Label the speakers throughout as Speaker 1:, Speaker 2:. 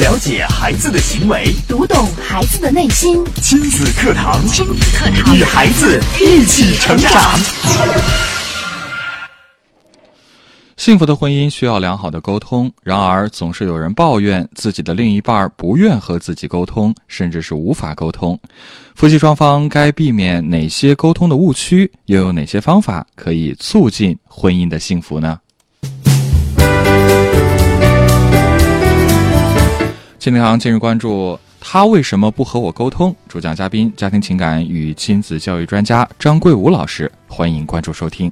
Speaker 1: 了解孩子的行为，
Speaker 2: 读懂孩子的内心。
Speaker 1: 亲子课堂，
Speaker 2: 亲子课堂，
Speaker 1: 与孩子一起成长。
Speaker 3: 幸福的婚姻需要良好的沟通，然而总是有人抱怨自己的另一半不愿和自己沟通，甚至是无法沟通。夫妻双方该避免哪些沟通的误区？又有哪些方法可以促进婚姻的幸福呢？今天堂近日关注他为什么不和我沟通？主讲嘉宾：家庭情感与亲子教育专家张桂武老师，欢迎关注收听。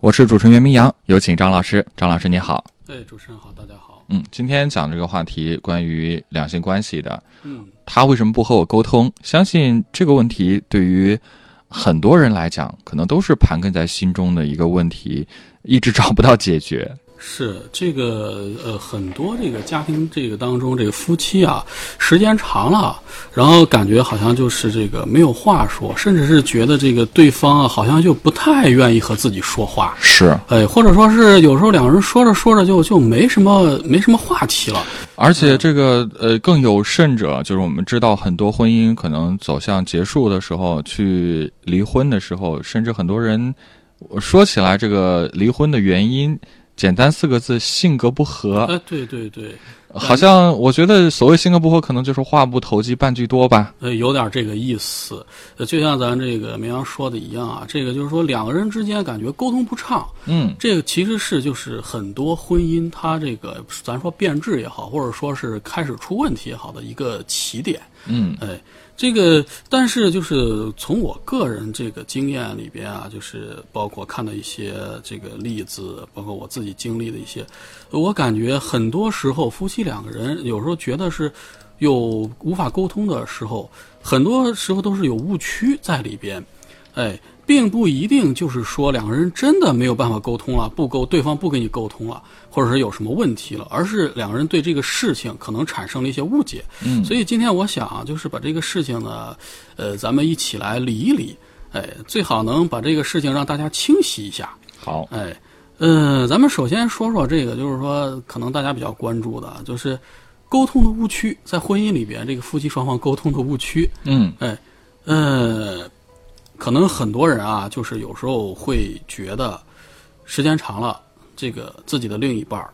Speaker 3: 我是主持人袁明阳，有请张老师。张老师你好，
Speaker 4: 哎，主持人好，大家好。
Speaker 3: 嗯，今天讲这个话题关于两性关系的，
Speaker 4: 嗯，
Speaker 3: 他为什么不和我沟通？相信这个问题对于很多人来讲，可能都是盘根在心中的一个问题，一直找不到解决。
Speaker 4: 是这个呃，很多这个家庭这个当中，这个夫妻啊，时间长了，然后感觉好像就是这个没有话说，甚至是觉得这个对方啊，好像就不太愿意和自己说话。
Speaker 3: 是，
Speaker 4: 哎，或者说是有时候两人说着说着就就没什么没什么话题了，
Speaker 3: 而且这个呃，更有甚者，就是我们知道很多婚姻可能走向结束的时候，去离婚的时候，甚至很多人我说起来这个离婚的原因，简单四个字：性格不合。
Speaker 4: 哎，对对对，
Speaker 3: 好像我觉得所谓性格不合，可能就是话不投机半句多吧。
Speaker 4: 呃，有点这个意思。呃，就像咱这个明阳说的一样啊，这个就是说两个人之间感觉沟通不畅，
Speaker 3: 嗯，
Speaker 4: 这个其实是就是很多婚姻它这个咱说变质也好，或者说是开始出问题也好的一个起点。
Speaker 3: 嗯，
Speaker 4: 哎，这个但是就是从我个人这个经验里边啊，就是包括看到一些这个例子，包括我自己经历的一些，我感觉很多时候夫妻两个人有时候觉得是有无法沟通的时候，很多时候都是有误区在里边，哎。并不一定就是说两个人真的没有办法沟通了，不沟对方不跟你沟通了，或者是有什么问题了，而是两个人对这个事情可能产生了一些误解。所以今天我想啊，就是把这个事情呢，呃，咱们一起来理一理，哎，最好能把这个事情让大家清晰一下，
Speaker 3: 好，
Speaker 4: 哎，呃，咱们首先说说这个，就是说可能大家比较关注的，啊就是沟通的误区，在婚姻里边，这个夫妻双方沟通的误区，
Speaker 3: 嗯，
Speaker 4: 哎，呃，可能很多人啊，就是有时候会觉得，时间长了，这个自己的另一半儿，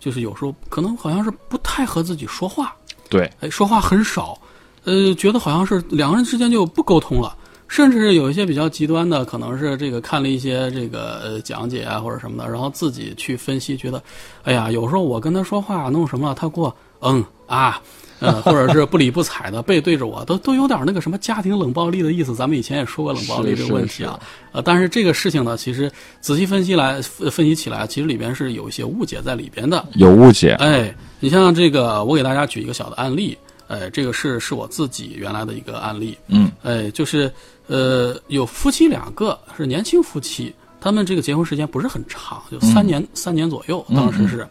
Speaker 4: 就是有时候可能好像是不太和自己说话，
Speaker 3: 对，
Speaker 4: 哎，说话很少，呃，觉得好像是两个人之间就不沟通了，甚至有一些比较极端的，可能是这个看了一些这个呃讲解啊或者什么的，然后自己去分析，觉得，哎呀，有时候我跟他说话弄什么了，他给我嗯啊。 呃，或者是不理不睬的，背对着我，都都有点那个什么家庭冷暴力的意思。咱们以前也说过冷暴力
Speaker 3: 是
Speaker 4: 这
Speaker 3: 是
Speaker 4: 个问题啊，呃，但是这个事情呢，其实仔细分析来分析起来，其实里边是有一些误解在里边的。
Speaker 3: 有误解。嗯
Speaker 4: 哎，你像这个，我给大家举一个小的案例，哎，这个是是我自己原来的一个案例，
Speaker 3: 嗯，
Speaker 4: 哎，就是呃，有夫妻两个是年轻夫妻，他们这个结婚时间不是很长，就三年、三年左右，当时是。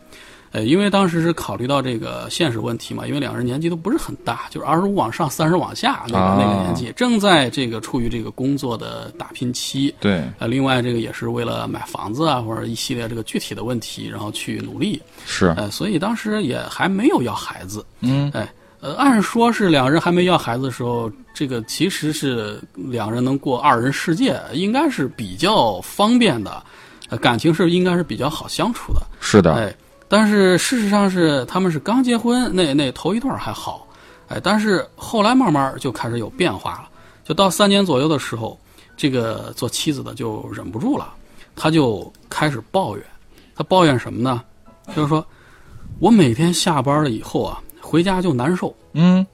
Speaker 4: 呃，因为当时是考虑到这个现实问题嘛，因为两人年纪都不是很大，就是二十五往上、三十往下那个、那个年纪，正在这个处于这个工作的打拼期。
Speaker 3: 对，
Speaker 4: 呃，另外这个也是为了买房子啊，或者一系列这个具体的问题，然后去努力。
Speaker 3: 是，
Speaker 4: 呃，所以当时也还没有要孩子，
Speaker 3: 嗯，
Speaker 4: 哎，呃，按说是两人还没要孩子的时候，这个其实是两人能过二人世界，应该是比较方便的，呃，感情是应该是比较好相处的，
Speaker 3: 是的，
Speaker 4: 哎，但是事实上是他们是刚结婚，那那头一段还好，哎，但是后来慢慢就开始有变化了，就到三年左右的时候，这个做妻子的就忍不住了，她就开始抱怨，她抱怨什么呢？就是说我每天下班了以后啊，回家就难受，
Speaker 3: 嗯，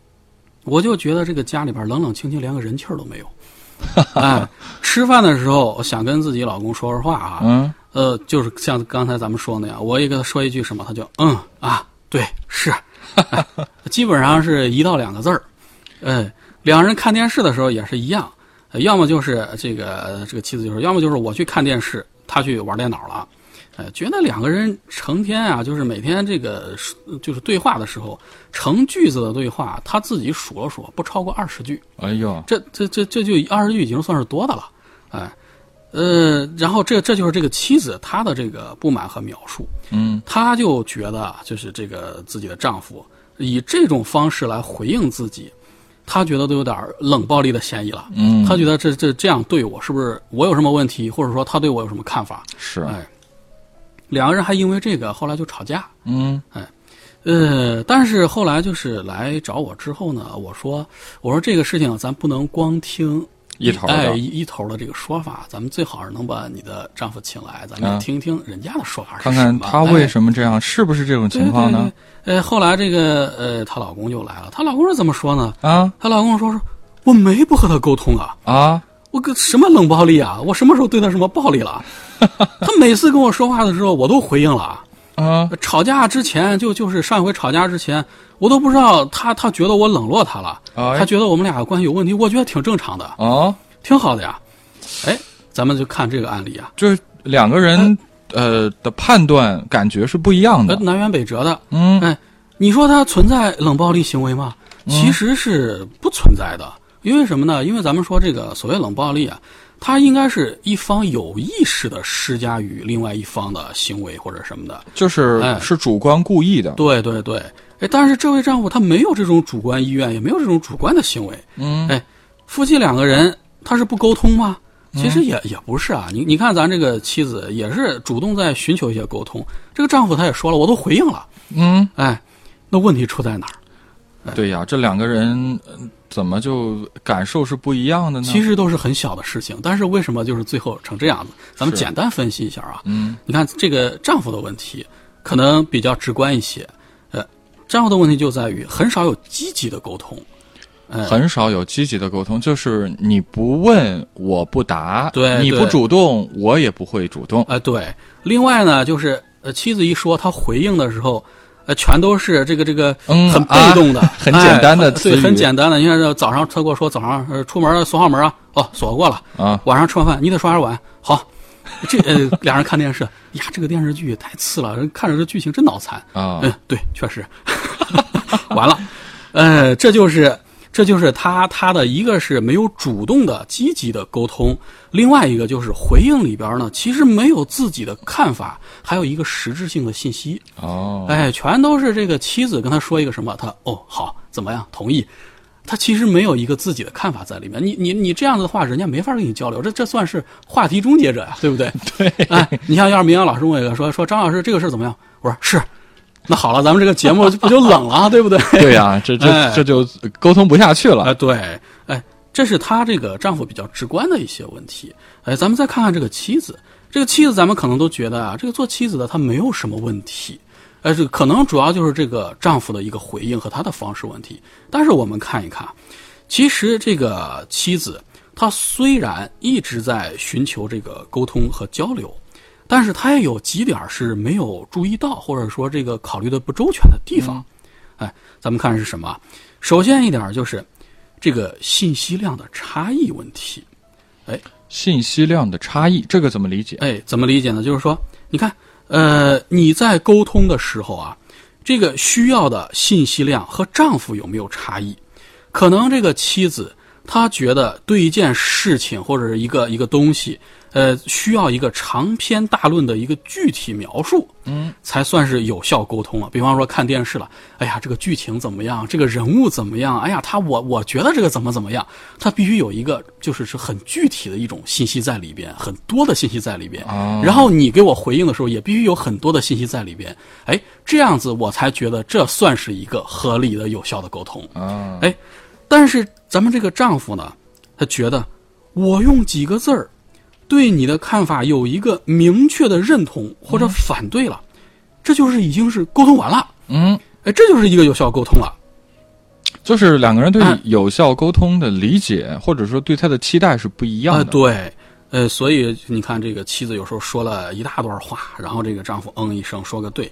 Speaker 4: 我就觉得这个家里边冷冷清清，连个人气儿都没有。哎，吃饭的时候想跟自己老公说说话啊，
Speaker 3: 嗯，
Speaker 4: 呃，就是像刚才咱们说那样，我也跟他说一句什么，他就嗯啊，对，是，哎基本上是一到两个字儿。哎，两人看电视的时候也是一样，呃要么就是这个呃这个妻子就说，要么就是我去看电视，他去玩电脑了。呃，觉得两个人成天啊，就是每天这个就是对话的时候，成句子的对话，他自己数了数，不超过二十句。
Speaker 3: 哎呦，
Speaker 4: 这这这这就二十句已经算是多的了，哎，呃，然后这这就是这个妻子她的这个不满和描述，
Speaker 3: 嗯，
Speaker 4: 她就觉得啊，就是这个自己的丈夫以这种方式来回应自己，她觉得都有点儿冷暴力的嫌疑了，
Speaker 3: 嗯
Speaker 4: 她觉得这这这样对我是不是我有什么问题，或者说他对我有什么看法？
Speaker 3: 是，
Speaker 4: 哎，两个人还因为这个后来就吵架，
Speaker 3: 嗯
Speaker 4: 呃，但是后来就是来找我之后呢，我说我说这个事情咱不能光听
Speaker 3: 一头的
Speaker 4: 哎一一头的这个说法，咱们最好是能把你的丈夫请来，咱们
Speaker 3: 啊
Speaker 4: 也听听人家的说法是
Speaker 3: 看
Speaker 4: 什
Speaker 3: 看
Speaker 4: 么，
Speaker 3: 他为
Speaker 4: 么、
Speaker 3: 什么这样，是不是这种
Speaker 4: 对
Speaker 3: 情况呢？？
Speaker 4: 哎对对呃，后来这个呃，她老公就来了，她老公是怎么说呢？
Speaker 3: 啊
Speaker 4: 她老公说说我没不和她沟通啊，
Speaker 3: 啊，
Speaker 4: 我个什么冷暴力啊，我什么时候对她什么暴力了？她每次跟我说话的时候，我都回应了啊。
Speaker 3: 啊，
Speaker 4: 吵架之前就就是上一回吵架之前，我都不知道他他觉得我冷落他了，
Speaker 3: 哎
Speaker 4: 他觉得我们俩关系有问题，我觉得挺正常的，
Speaker 3: 哦，
Speaker 4: 挺好的呀。哎，咱们就看这个案例啊，
Speaker 3: 就是两个人呃的判断感觉是不一样
Speaker 4: 呃，
Speaker 3: 的。
Speaker 4: 南辕北辙的。
Speaker 3: 嗯
Speaker 4: 哎，你说它存在冷暴力行为吗？其实是不存在的，因为什么呢？因为咱们说这个所谓冷暴力啊，它应该是一方有意识的施加于另外一方的行为或者什么的。
Speaker 3: 就是
Speaker 4: 哎
Speaker 3: 是主观故意的。
Speaker 4: 对对对，哎，但是这位丈夫他没有这种主观意愿，也没有这种主观的行为。
Speaker 3: 嗯
Speaker 4: 哎，夫妻两个人他是不沟通吗？其
Speaker 3: 嗯
Speaker 4: 实也、也不是啊，你你看咱这个妻子也是主动在寻求一些沟通，这个丈夫他也说了，我都回应了，
Speaker 3: 嗯，
Speaker 4: 哎，那问题出在哪儿？哎
Speaker 3: 对呀，这两个人呃怎么就感受是不一样的呢？
Speaker 4: 其实都是很小的事情，但是为什么就是最后成这样子？咱们
Speaker 3: 是
Speaker 4: 简单分析一下啊。
Speaker 3: 嗯，
Speaker 4: 你看这个丈夫的问题可能比较直观一些，呃，丈夫的问题就在于很少有积极的沟通，哎
Speaker 3: 很少有积极的沟通，就是你不问我不答，
Speaker 4: 对
Speaker 3: 你不
Speaker 4: 对
Speaker 3: 主动，我也不会主动。
Speaker 4: 呃，对。另外呢，就是呃，妻子一说，他回应的时候，呃，全都是这个这个
Speaker 3: 嗯
Speaker 4: 很被
Speaker 3: 啊
Speaker 4: 动的，
Speaker 3: 很
Speaker 4: 哎
Speaker 3: 简单的
Speaker 4: 很
Speaker 3: 词
Speaker 4: 对，
Speaker 3: 语
Speaker 4: 很简单的。你看，这早上他跟我说，早上呃出门了锁好门啊，哦，锁过了
Speaker 3: 啊
Speaker 4: 晚上吃完饭，你得刷刷碗，好。这呃，俩人看电视 呀，这个电视剧也太次了，人看着这剧情真脑残。
Speaker 3: 啊
Speaker 4: 嗯，对，确实， 完了，呃，这就是这就是他他的一个是没有主动的积极的沟通，另外一个就是回应里边呢，其实没有自己的看法，还有一个实质性的信息，
Speaker 3: 哦，
Speaker 4: 哎，全都是这个妻子跟他说一个什么，他哦好怎么样同意。他其实没有一个自己的看法在里面，你你你这样子的话，人家没法跟你交流，这这算是话题终结者呀，对不对？
Speaker 3: 对，
Speaker 4: 哎，你像要是明阳老师问我一个说说张老师这个事儿怎么样？我说是，那好了，咱们这个节目就不就冷了，啊对不对？
Speaker 3: 对呀、这这
Speaker 4: 哎
Speaker 3: 这就沟通不下去了。
Speaker 4: 啊，对，哎，这是她这个丈夫比较直观的一些问题。哎，咱们再看看这个妻子，这个妻子咱们可能都觉得啊，这个做妻子的她没有什么问题，呃，这可能主要就是这个丈夫的一个回应和她的方式问题。但是我们看一看，其实这个妻子她虽然一直在寻求这个沟通和交流。但是她也有几点儿是没有注意到，或者说这个考虑的不周全的地方。哎，咱们看是什么啊？首先一点儿就是这个信息量的差异问题。
Speaker 3: 信息量的差异，这个怎么理解？
Speaker 4: 哎，怎么理解呢？就是说，你看，呃，你在沟通的时候啊，这个需要的信息量和丈夫有没有差异？可能这个妻子她觉得对一件事情或者是一个一个东西，呃，需要一个长篇大论的一个具体描述，嗯，才算是有效沟通了。比方说看电视了，哎呀，这个剧情怎么样？这个人物怎么样？哎呀，他我我觉得这个怎么怎么样？他必须有一个就是是很具体的一种信息在里边，很多的信息在里边。
Speaker 3: 哦
Speaker 4: 然后你给我回应的时候，也必须有很多的信息在里边。哎，这样子我才觉得这算是一个合理的、有效的沟通。
Speaker 3: 啊，
Speaker 4: 哎，但是咱们这个丈夫呢，他觉得我用几个字儿对你的看法有一个明确的认同或者反对了，这就是已经是沟通完了，
Speaker 3: 嗯，
Speaker 4: 哎，这就是一个有效沟通了。
Speaker 3: 就是两个人对
Speaker 4: 嗯
Speaker 3: 有效沟通的理解，或者说对他的期待是不一样
Speaker 4: 啊、
Speaker 3: 的。
Speaker 4: 对，呃，所以你看，这个妻子有时候说了一大段话，然后这个丈夫嗯一声说个对，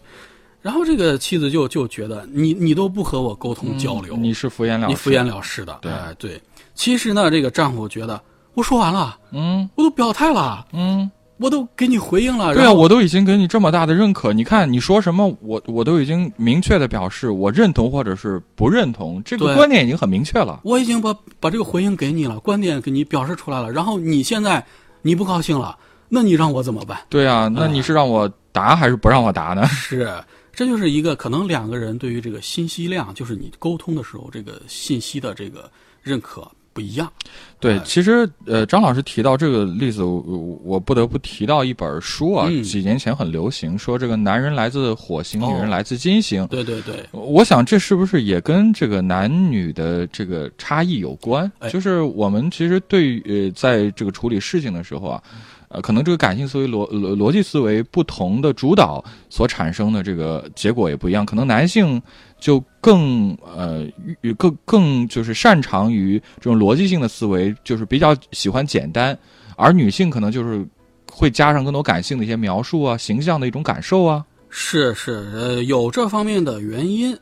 Speaker 4: 然后这个妻子就就觉得你你都不和我沟通交流，
Speaker 3: 嗯你是敷衍了事，
Speaker 4: 你敷衍了事的，
Speaker 3: 对
Speaker 4: 哎对。其实呢，这个丈夫觉得我说完了，
Speaker 3: 嗯
Speaker 4: 我都表态了，
Speaker 3: 嗯，
Speaker 4: 我都给你回应了，
Speaker 3: 对
Speaker 4: 然
Speaker 3: 啊，
Speaker 4: 后
Speaker 3: 我都已经给你这么大的认可，你看你说什么，我我都已经明确的表示我认同或者是不认同，这个
Speaker 4: 对
Speaker 3: 观念已经很明确了。
Speaker 4: 我已经把把这个回应给你了，观点给你表示出来了，然后你现在你不高兴了，那你让我怎么办？
Speaker 3: 对啊，那你是让我答还是不让我答呢？
Speaker 4: 是，这就是一个可能两个人对于这个信息量，就是你沟通的时候，这个信息的这个认可不一样。
Speaker 3: 对，
Speaker 4: 哎
Speaker 3: 其实呃，张老师提到这个例子，我我我不得不提到一本书啊，
Speaker 4: 嗯
Speaker 3: 几年前很流行，说这个男人来自火星，
Speaker 4: 哦
Speaker 3: 女人来自金星。
Speaker 4: 对对对，
Speaker 3: 我想这是不是也跟这个男女的这个差异有关？
Speaker 4: 哎
Speaker 3: 就是我们其实对于呃，在这个处理事情的时候啊，呃，可能这个感性思维、逻逻逻辑思维不同的主导所产生的这个结果也不一样。可能男性就更呃与更更就是擅长于这种逻辑性的思维，就是比较喜欢简单，而女性可能就是会加上更多感性的一些描述啊、形象的一种感受啊。
Speaker 4: 是是，呃，有这方面的原因，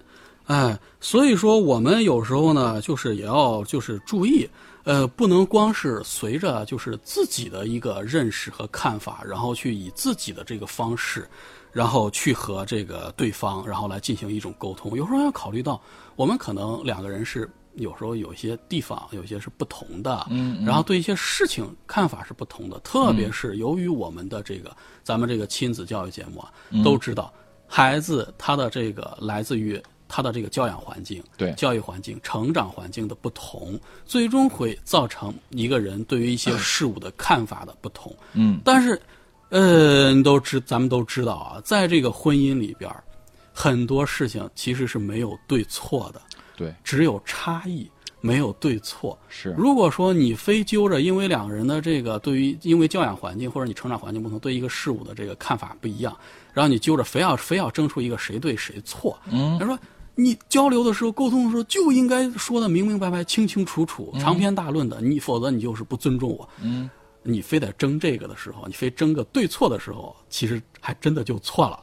Speaker 4: 哎，所以说我们有时候呢，就是也要就是注意，呃，不能光是随着就是自己的一个认识和看法，然后去以自己的这个方式，然后去和这个对方，然后来进行一种沟通。有时候要考虑到，我们可能两个人是有时候有一些地方，有些是不同的，
Speaker 3: 嗯
Speaker 4: 然后对一些事情看法是不同的，特别是由于我们的这个咱们这个亲子教育节目啊，都知道孩子他的这个来自于他的这个教养环境、
Speaker 3: 对
Speaker 4: 教育环境、成长环境的不同，最终会造成一个人对于一些事物的看法的不同。
Speaker 3: 嗯，
Speaker 4: 但是，呃，都知咱们都知道啊，在这个婚姻里边儿，很多事情其实是没有对错的，
Speaker 3: 对，
Speaker 4: 只有差异，没有对错。
Speaker 3: 是。
Speaker 4: 如果说你非揪着，因为两个人的这个对于因为教养环境或者你成长环境不同，对一个事物的这个看法不一样，然后你揪着非要非要争出一个谁对谁错，嗯，他说你交流的时候、沟通的时候就应该说的明明白白、清清楚楚、长篇大论的，你否则你就是不尊重我，嗯，你非得争这个的时候，你非争个对错的时候，其实还真的就错了，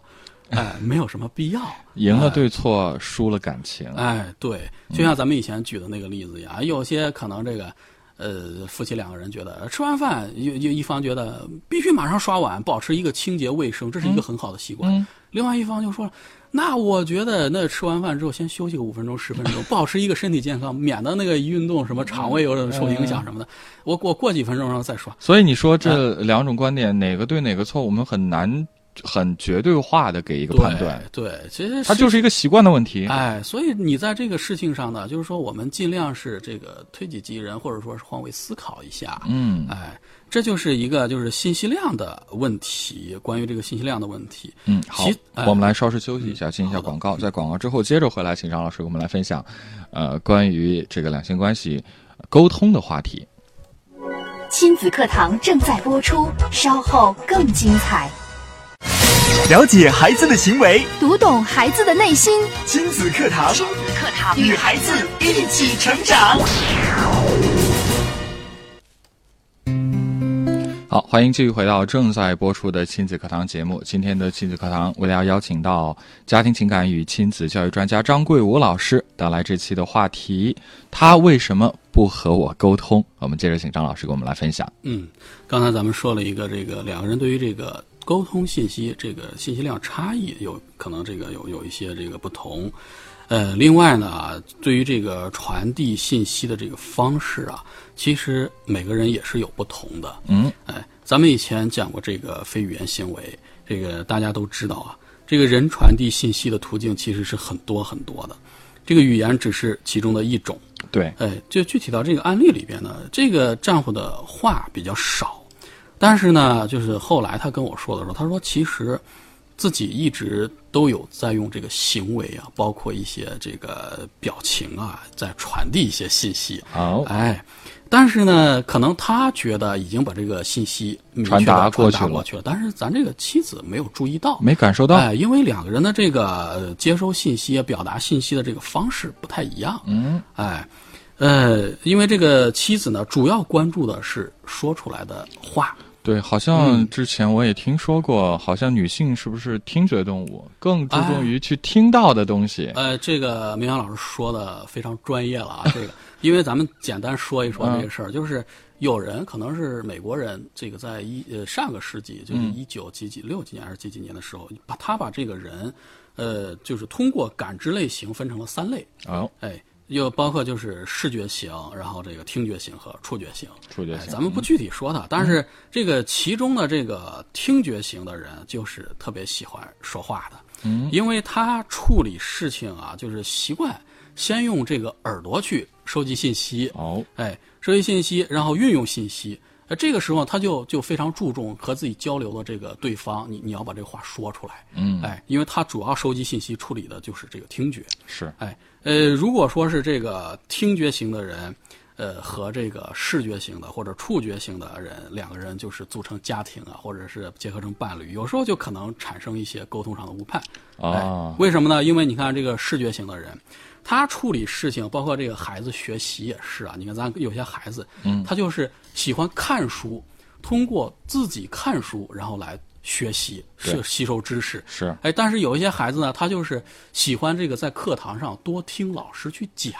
Speaker 4: 哎，没有什么必要。
Speaker 3: 赢了对错，输了感情。
Speaker 4: 哎，对，就像咱们以前举的那个例子一样，哎有些可能这个，呃，夫妻两个人觉得吃完饭，有有一方觉得必须马上刷碗，保持一个清洁卫生，这是一个很好的习惯。另外一方就说了，那我觉得那吃完饭之后先休息个五分钟十分钟，保持一个身体健康，免得那个一运动什么肠胃有点受影响什么的。我我过几分钟然后再刷。
Speaker 3: 所以你说这两种观点，哪个对哪个错，我们很难很绝对化的给一个判断，
Speaker 4: 对，对其实
Speaker 3: 它就是一个习惯的问题。
Speaker 4: 哎，所以你在这个事情上呢，就是说我们尽量是这个推己及人，或者说是换位思考一下。
Speaker 3: 嗯
Speaker 4: 哎，这就是一个就是信息量的问题，关于这个信息量的问题。
Speaker 3: 嗯，好
Speaker 4: 其，哎
Speaker 3: 我们来稍事休息一下，进一下广告。在广告之后，接着回来，请张老师给我们来分享，呃，关于这个两性关系呃沟通的话题。
Speaker 2: 亲子课堂正在播出，稍后更精彩。
Speaker 1: 了解孩子的行为，
Speaker 2: 读懂孩子的内心，
Speaker 1: 亲子课堂
Speaker 2: 亲子课堂
Speaker 1: 与孩子一起成长。
Speaker 3: 好，欢迎继续回到正在播出的亲子课堂节目。今天的亲子课堂为大家邀请到家庭情感与亲子教育专家张桂武老师带来这期的话题：他为什么不和我沟通？我们接着请张老师给我们来分享。
Speaker 4: 嗯，刚才咱们说了一个这个两个人对于这个沟通信息这个信息量差异有可能这个有有一些这个不同。呃，另外呢，对于这个传递信息的这个方式啊，其实每个人也是有不同的。
Speaker 3: 嗯，
Speaker 4: 哎，咱们以前讲过这个非语言行为，这个大家都知道啊。这个人传递信息的途径其实是很多很多的，这个语言只是其中的一种。
Speaker 3: 对，
Speaker 4: 哎，就具体到这个案例里边呢，这个丈夫的话比较少，但是呢，就是后来他跟我说的时候，他说其实自己一直都有在用这个行为啊，包括一些这个表情啊，在传递一些信息。
Speaker 3: 好，
Speaker 4: 哎，但是呢，可能他觉得已经把这个信息明确
Speaker 3: 传
Speaker 4: 地
Speaker 3: 达过
Speaker 4: 传
Speaker 3: 去
Speaker 4: 达
Speaker 3: 了
Speaker 4: 过去了，但是咱这个妻子没有注意到，
Speaker 3: 没感受到。
Speaker 4: 哎，因为两个人的这个呃接收信息、表达信息的这个方式不太一样。
Speaker 3: 嗯，
Speaker 4: 哎，呃，因为这个妻子呢，主要关注的是说出来的话。
Speaker 3: 对，好像之前我也听说过，好像女性是不是听觉动物，更注重于去听到的东西？
Speaker 4: 呃，这个明阳老师说的非常专业了啊，这个，因为咱们简单说一说这个事儿，就是有人可能是美国人，这个在一呃上个世纪，就是一九几几六几年还是几几年的时候，把他把这个人，呃，就是通过感知类型分成了三类，
Speaker 3: 哦，
Speaker 4: 哎，又包括就是视觉型，然后这个听觉型和触觉型。
Speaker 3: 触觉
Speaker 4: 哎，
Speaker 3: 型嗯
Speaker 4: 咱们不具体说它，但是这个其中的这个听觉型的人，就是特别喜欢说话的，嗯，因为他处理事情啊，就是习惯先用这个耳朵去收集信息，
Speaker 3: 哦，
Speaker 4: 哎，收集信息，然后运用信息。呃，这个时候他就就非常注重和自己交流的这个对方，你你要把这话说出来，
Speaker 3: 嗯，
Speaker 4: 哎，因为他主要收集信息处理的就是这个听觉，
Speaker 3: 是
Speaker 4: 哎，呃，如果说是这个听觉型的人，呃，和这个视觉型的或者触觉型的人，呃两个人就是组成家庭啊，或者是结合成伴侣，有时候就可能产生一些沟通上的误判。哎
Speaker 3: 啊，，
Speaker 4: 为什么呢？因为你看这个视觉型的人，他处理事情，包括这个孩子学习也是啊。你看咱有些孩子，嗯，他就是喜欢看书，通过自己看书，然后来学习，
Speaker 3: 对
Speaker 4: 是吸收知识。
Speaker 3: 是
Speaker 4: 哎，但是有一些孩子呢，他就是喜欢这个在课堂上多听老师去讲。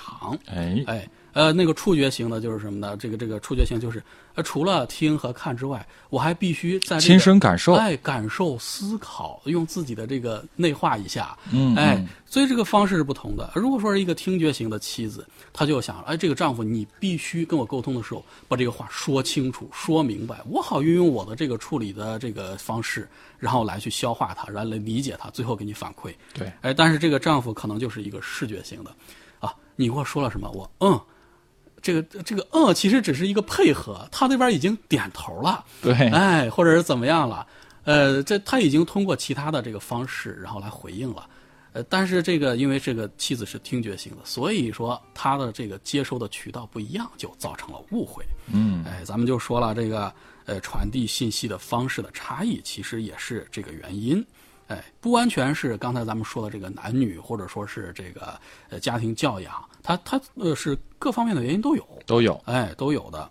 Speaker 3: 哎
Speaker 4: 哎，呃，那个触觉型的就是什么呢？这个这个触觉型就是，呃，除了听和看之外，我还必须在、这个、
Speaker 3: 亲身感受
Speaker 4: 哎，感受、思考，用自己的这个内化一下，
Speaker 3: 嗯
Speaker 4: 哎
Speaker 3: 嗯，
Speaker 4: 所以这个方式是不同的。如果说是一个听觉型的妻子，她就想，哎，这个丈夫你必须跟我沟通的时候，把这个话说清楚、说明白，我好运用我的这个处理的这个方式，然后来去消化它，然后来理解它，最后给你反馈。
Speaker 3: 对，
Speaker 4: 哎，但是这个丈夫可能就是一个视觉型的，啊，你给我说了什么？我嗯，这个这个嗯，其实只是一个配合，他那边已经点头了，
Speaker 3: 对
Speaker 4: 哎，或者是怎么样了，呃，这他已经通过其他的这个方式，然后来回应了。呃，但是这个因为这个妻子是听觉型的，所以说他的这个接收的渠道不一样，就造成了误会。
Speaker 3: 嗯，
Speaker 4: 哎，咱们就说了这个呃传递信息的方式的差异，其实也是这个原因。哎，不完全是刚才咱们说的这个男女，或者说是这个呃家庭教养，它它呃是各方面的原因都有。
Speaker 3: 都有
Speaker 4: 哎，都有的。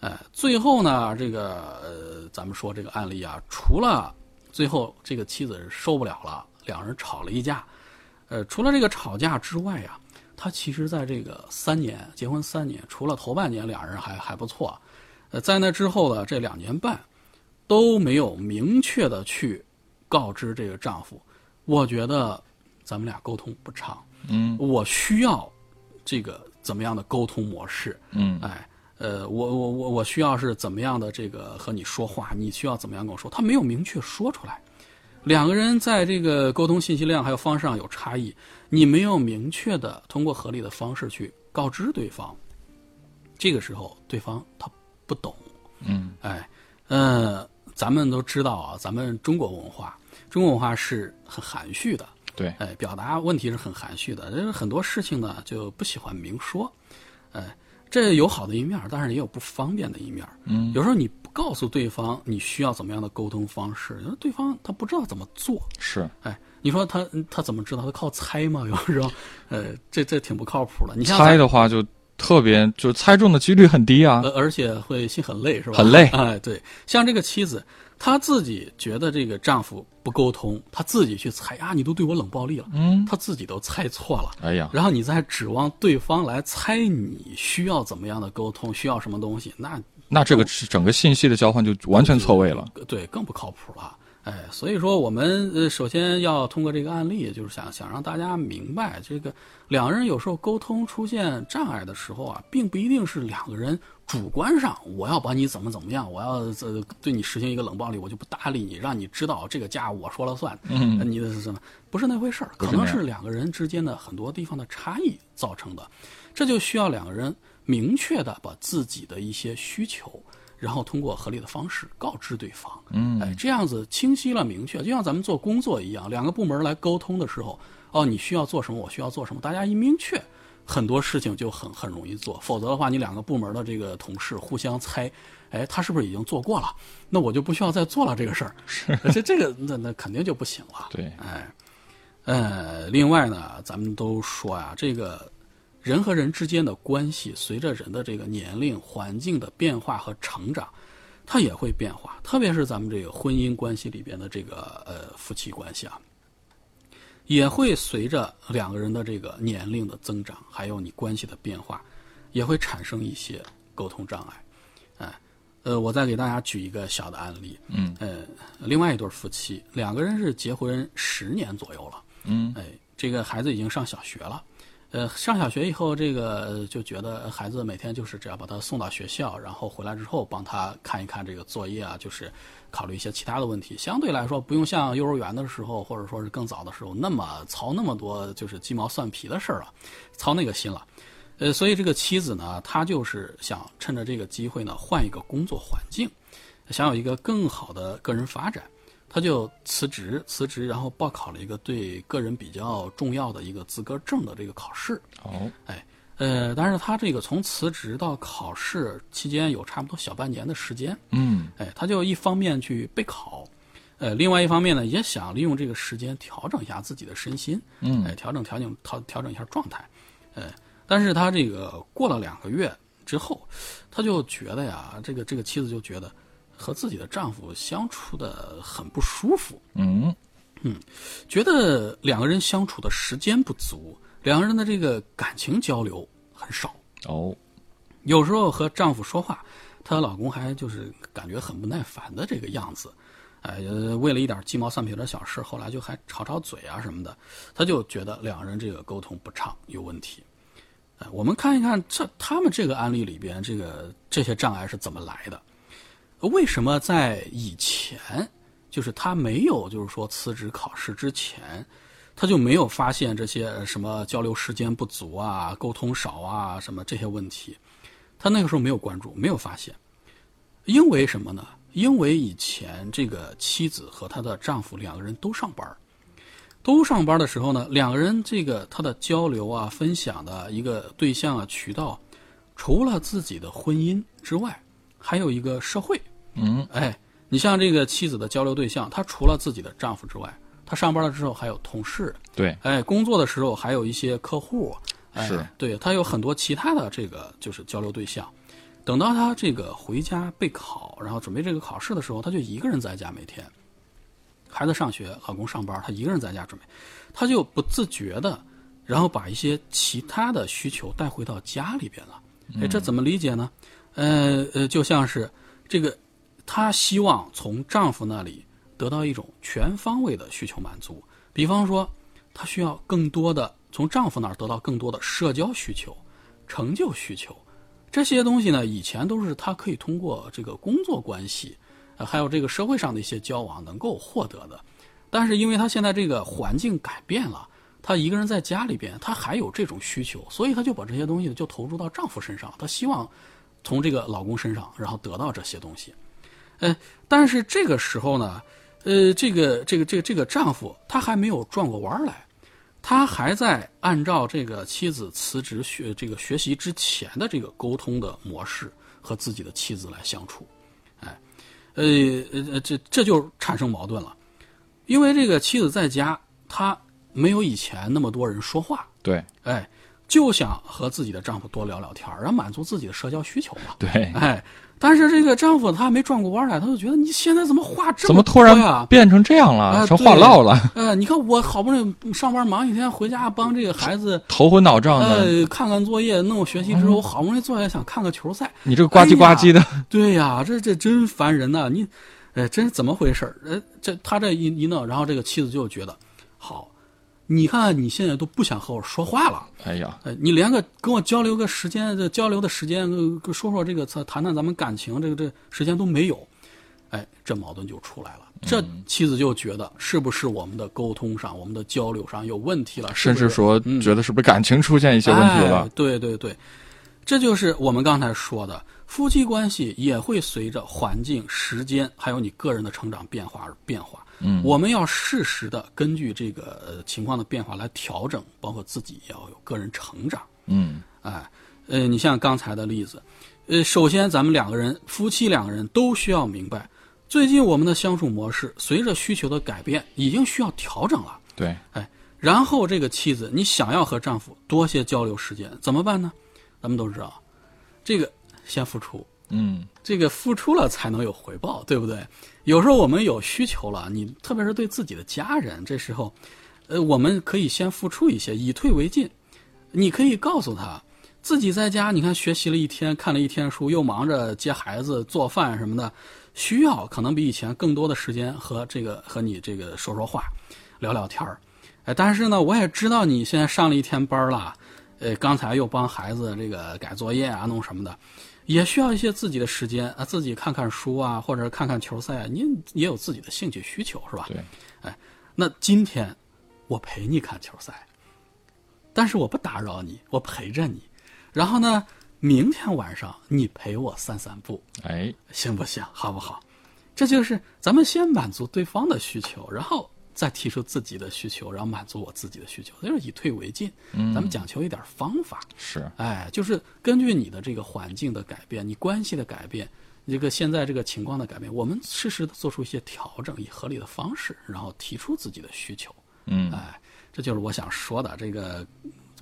Speaker 4: 哎，最后呢，这个呃，咱们说这个案例啊，除了最后这个妻子受不了了，两人吵了一架，呃，除了这个吵架之外呀、他其实在这个三年结婚三年，除了头半年俩人还还不错，呃，在那之后的这两年半都没有明确的去告知这个丈夫，我觉得咱们俩沟通不畅，
Speaker 3: 嗯，
Speaker 4: 我需要这个怎么样的沟通模式，
Speaker 3: 嗯，
Speaker 4: 哎，呃，我我我我需要是怎么样的这个和你说话，你需要怎么样跟我说，他没有明确说出来。两个人在这个沟通信息量还有方式上有差异，你没有明确的通过合理的方式去告知对方，这个时候对方他不懂，
Speaker 3: 嗯，
Speaker 4: 哎，呃，咱们都知道啊，咱们中国文化，中国文化是很含蓄的，
Speaker 3: 对，
Speaker 4: 哎，表达问题是很含蓄的，就是很多事情呢就不喜欢明说，哎，这有好的一面儿，但是也有不方便的一面。嗯，有时候你不告诉对方你需要怎么样的沟通方式，有时候对方他不知道怎么做，
Speaker 3: 是
Speaker 4: 哎，你说他他怎么知道？他靠猜吗？ 有时候，呃，这这挺不靠谱的。你像咱
Speaker 3: 猜的话就特别就猜中的几率很低啊
Speaker 4: 呃，，而且会心很累，是吧？
Speaker 3: 很累
Speaker 4: 哎，对，像这个妻子，她自己觉得这个丈夫不沟通，她自己去猜啊，你都对我冷暴力了，
Speaker 3: 嗯，
Speaker 4: 她自己都猜错了。
Speaker 3: 哎呀，
Speaker 4: 然后你再指望对方来猜你需要怎么样的沟通，需要什么东西，那
Speaker 3: 那这个整个信息的交换就完全错位了，
Speaker 4: 对，更不靠谱了。哎，所以说我们呃，首先要通过这个案例，就是想想让大家明白，这个两人有时候沟通出现障碍的时候啊，并不一定是两个人主观上我要把你怎么怎么样，我要呃对你实行一个冷暴力，我就不搭理你，让你知道这个架我说了算，嗯，你的是什么？不是那回事儿，
Speaker 3: 不
Speaker 4: 可
Speaker 3: 是
Speaker 4: 能
Speaker 3: 那样
Speaker 4: 是两个人之间的很多地方的差异造成的，这就需要两个人明确的把自己的一些需求，然后通过合理的方式告知对方。嗯，哎，这样子清晰了、明确，就像咱们做工作一样，两个部门来沟通的时候，哦，你需要做什么，我需要做什么，大家一明确。很多事情就很很容易做，否则的话，你两个部门的这个同事互相猜，哎，他是不是已经做过了？那我就不需要再做了这个事儿，是这这个那那肯定就不行了。
Speaker 3: 对，
Speaker 4: 哎，呃，另外呢，咱们都说呀、这个人和人之间的关系，随着人的这个年龄、环境的变化和成长，它也会变化。特别是咱们这个婚姻关系里边的这个呃夫妻关系啊，也会随着两个人的这个年龄的增长，还有你关系的变化，也会产生一些沟通障碍。哎，呃，我再给大家举一个小的案例。嗯，呃，另外一对夫妻，两个人是结婚十年左右了。嗯，哎，这个孩子已经上小学了。呃，上小学以后，这个呃就觉得孩子每天就是只要把他送到学校，然后回来之后帮他看一看这个作业啊，就是考虑一些其他的问题。相对来说，不用像幼儿园的时候，或者说是更早的时候那么操那么多就是鸡毛蒜皮的事儿了，操那个心了。呃，所以这个妻子呢，她就是想趁着这个机会呢，换一个工作环境，想有一个更好的个人发展。她就辞职，辞职，然后报考了一个对个人比较重要的一个资格证的这个考试。
Speaker 3: 哦，
Speaker 4: 哎，呃，但是她这个从辞职到考试期间有差不多小半年的时间。
Speaker 3: 嗯，
Speaker 4: 哎，她就一方面去备考，呃，另外一方面呢，也想利用这个时间调整一下自己的身心，
Speaker 3: 嗯
Speaker 4: 哎，调整调整调调整一下状态，呃，但是他这个过了两个月之后，他就觉得呀，这个这个妻子就觉得和自己的丈夫相处的很不舒服，
Speaker 3: 嗯，
Speaker 4: 觉得两个人相处的时间不足，两个人的这个感情交流很少，
Speaker 3: 哦，
Speaker 4: 有时候和丈夫说话，她老公还就是感觉很不耐烦的这个样子，哎，呃为了一点鸡毛蒜皮的小事，后来就还吵吵嘴啊什么的，她就觉得两人这个沟通不畅有问题。哎，我们看一看这他们这个案例里边，这个这些障碍是怎么来的？为什么在以前，就是她没有就是说辞职考试之前，他就没有发现这些呃什么交流时间不足啊、沟通少啊什么这些问题？他那个时候没有关注，没有发现，因为什么呢？因为以前这个妻子和她的丈夫两个人都上班儿都上班的时候呢，两个人这个他的交流啊、分享的一个对象啊、渠道，除了自己的婚姻之外，还有一个社会。
Speaker 3: 嗯，
Speaker 4: 哎，你像这个妻子的交流对象，她除了自己的丈夫之外，她上班了之后还有同事，
Speaker 3: 对，
Speaker 4: 哎，工作的时候还有一些客户，哎、
Speaker 3: 是
Speaker 4: 对他有很多其他的这个就是交流对象。等到他这个回家备考，然后准备这个考试的时候，他就一个人在家每天，孩子上学，老公上班，他一个人在家准备，他就不自觉的，然后把一些其他的需求带回到家里边了。哎，这怎么理解呢？呃呃，就像是这个，她希望从丈夫那里得到一种全方位的需求满足，比方说，她需要更多的从丈夫那儿得到更多的社交需求、成就需求，这些东西呢，以前都是她可以通过这个工作关系，呃还有这个社会上的一些交往能够获得的，但是因为她现在这个环境改变了。她一个人在家里边，她还有这种需求，所以她就把这些东西就投入到丈夫身上。她希望从这个老公身上，然后得到这些东西。呃，但是这个时候呢，呃，这个这个这个这个丈夫他还没有转过弯儿来，他还在按照这个妻子辞职学这个学习之前的这个沟通的模式和自己的妻子来相处，哎，呃呃呃，这这就产生矛盾了，因为这个妻子在家，她没有以前那么多人说话，
Speaker 3: 对，
Speaker 4: 哎，就想和自己的丈夫多聊聊天儿，然后满足自己的社交需求嘛。
Speaker 3: 对，
Speaker 4: 哎，但是这个丈夫他还没转过弯来，他就觉得你现在怎么话这
Speaker 3: 怎么突
Speaker 4: 多
Speaker 3: 然
Speaker 4: 呀？
Speaker 3: 变成这样了，
Speaker 4: 啊
Speaker 3: 成话唠了，
Speaker 4: 呃，你看我好不容易嗯上班忙一天，回家帮这个孩子
Speaker 3: 头昏脑胀的，
Speaker 4: 呃看看作业，弄学习之后，我好不容易坐下想看个球赛，哎
Speaker 3: 你这个呱唧呱唧的，
Speaker 4: 对呀，这这真烦人呐、你，哎，真是怎么回事儿？呃，这他这一一弄，然后这个妻子就觉得，好，你看你现在都不想和我说话了。
Speaker 3: 哎呀，
Speaker 4: 哎，你连个跟我交流个时间，这交流的时间，呃跟说说这个，谈谈咱们感情，这个这时间都没有，哎，这矛盾就出来了。这
Speaker 3: 嗯
Speaker 4: 妻子就觉得是不是我们的沟通上、我们的交流上有问题了，
Speaker 3: 甚
Speaker 4: 是不是
Speaker 3: 至说
Speaker 4: 嗯
Speaker 3: 觉得是不是感情出现一些问题
Speaker 4: 哎
Speaker 3: 了？
Speaker 4: 对对对，这就是我们刚才说的，夫妻关系也会随着环境、时间，还有你个人的成长变化而变化。嗯，我们要适时的根据这个呃情况的变化来调整，包括自己也要有个人成长。
Speaker 3: 嗯，
Speaker 4: 哎，呃，你像刚才的例子，呃，首先咱们两个人，夫妻两个人都需要明白，最近我们的相处模式随着需求的改变，已经需要调整了。
Speaker 3: 对，
Speaker 4: 哎，然后这个妻子，你想要和丈夫多些交流时间，怎么办呢？咱们都知道，这个先付出，
Speaker 3: 嗯，
Speaker 4: 这个付出了才能有回报，对不对？有时候我们有需求了，你特别是对自己的家人，这时候，呃，我们可以先付出一些，以退为进。你可以告诉他，自己在家，你看学习了一天，看了一天书，又忙着接孩子、做饭什么的，需要可能比以前更多的时间和这个和你这呃个说说话、聊聊天儿。哎，但是呢，我也知道你现在上了一天班儿了，呃，刚才又帮孩子这个改作业啊，弄什么的，也需要一些自己的时间啊，自己看看书啊，或者看看球赛啊，您也有自己的兴趣需求是吧？
Speaker 3: 对，
Speaker 4: 哎，那今天我陪你看球赛，但是我不打扰你，我陪着你，然后呢，明天晚上你陪我散散步，
Speaker 3: 哎，
Speaker 4: 行不行？好不好？这就是咱们先满足对方的需求，然后再提出自己的需求，然后满足我自己的需求，就是以退为进。咱们讲求一点方法，
Speaker 3: 是，
Speaker 4: 哎，就是根据你的这个环境的改变，你关系的改变，你这个现在这个情况的改变，我们适时的做出一些调整，以合理的方式，然后提出自己的需求。
Speaker 3: 嗯，
Speaker 4: 哎，这就是我想说的，这个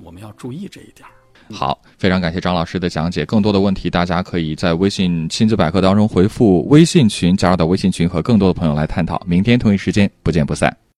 Speaker 4: 我们要注意这一点儿。
Speaker 3: 嗯好，非常感谢张老师的讲解。更多的问题，大家可以在微信亲子百科当中回复微信群，加入到微信群和更多的朋友来探讨。明天同一时间不见不散。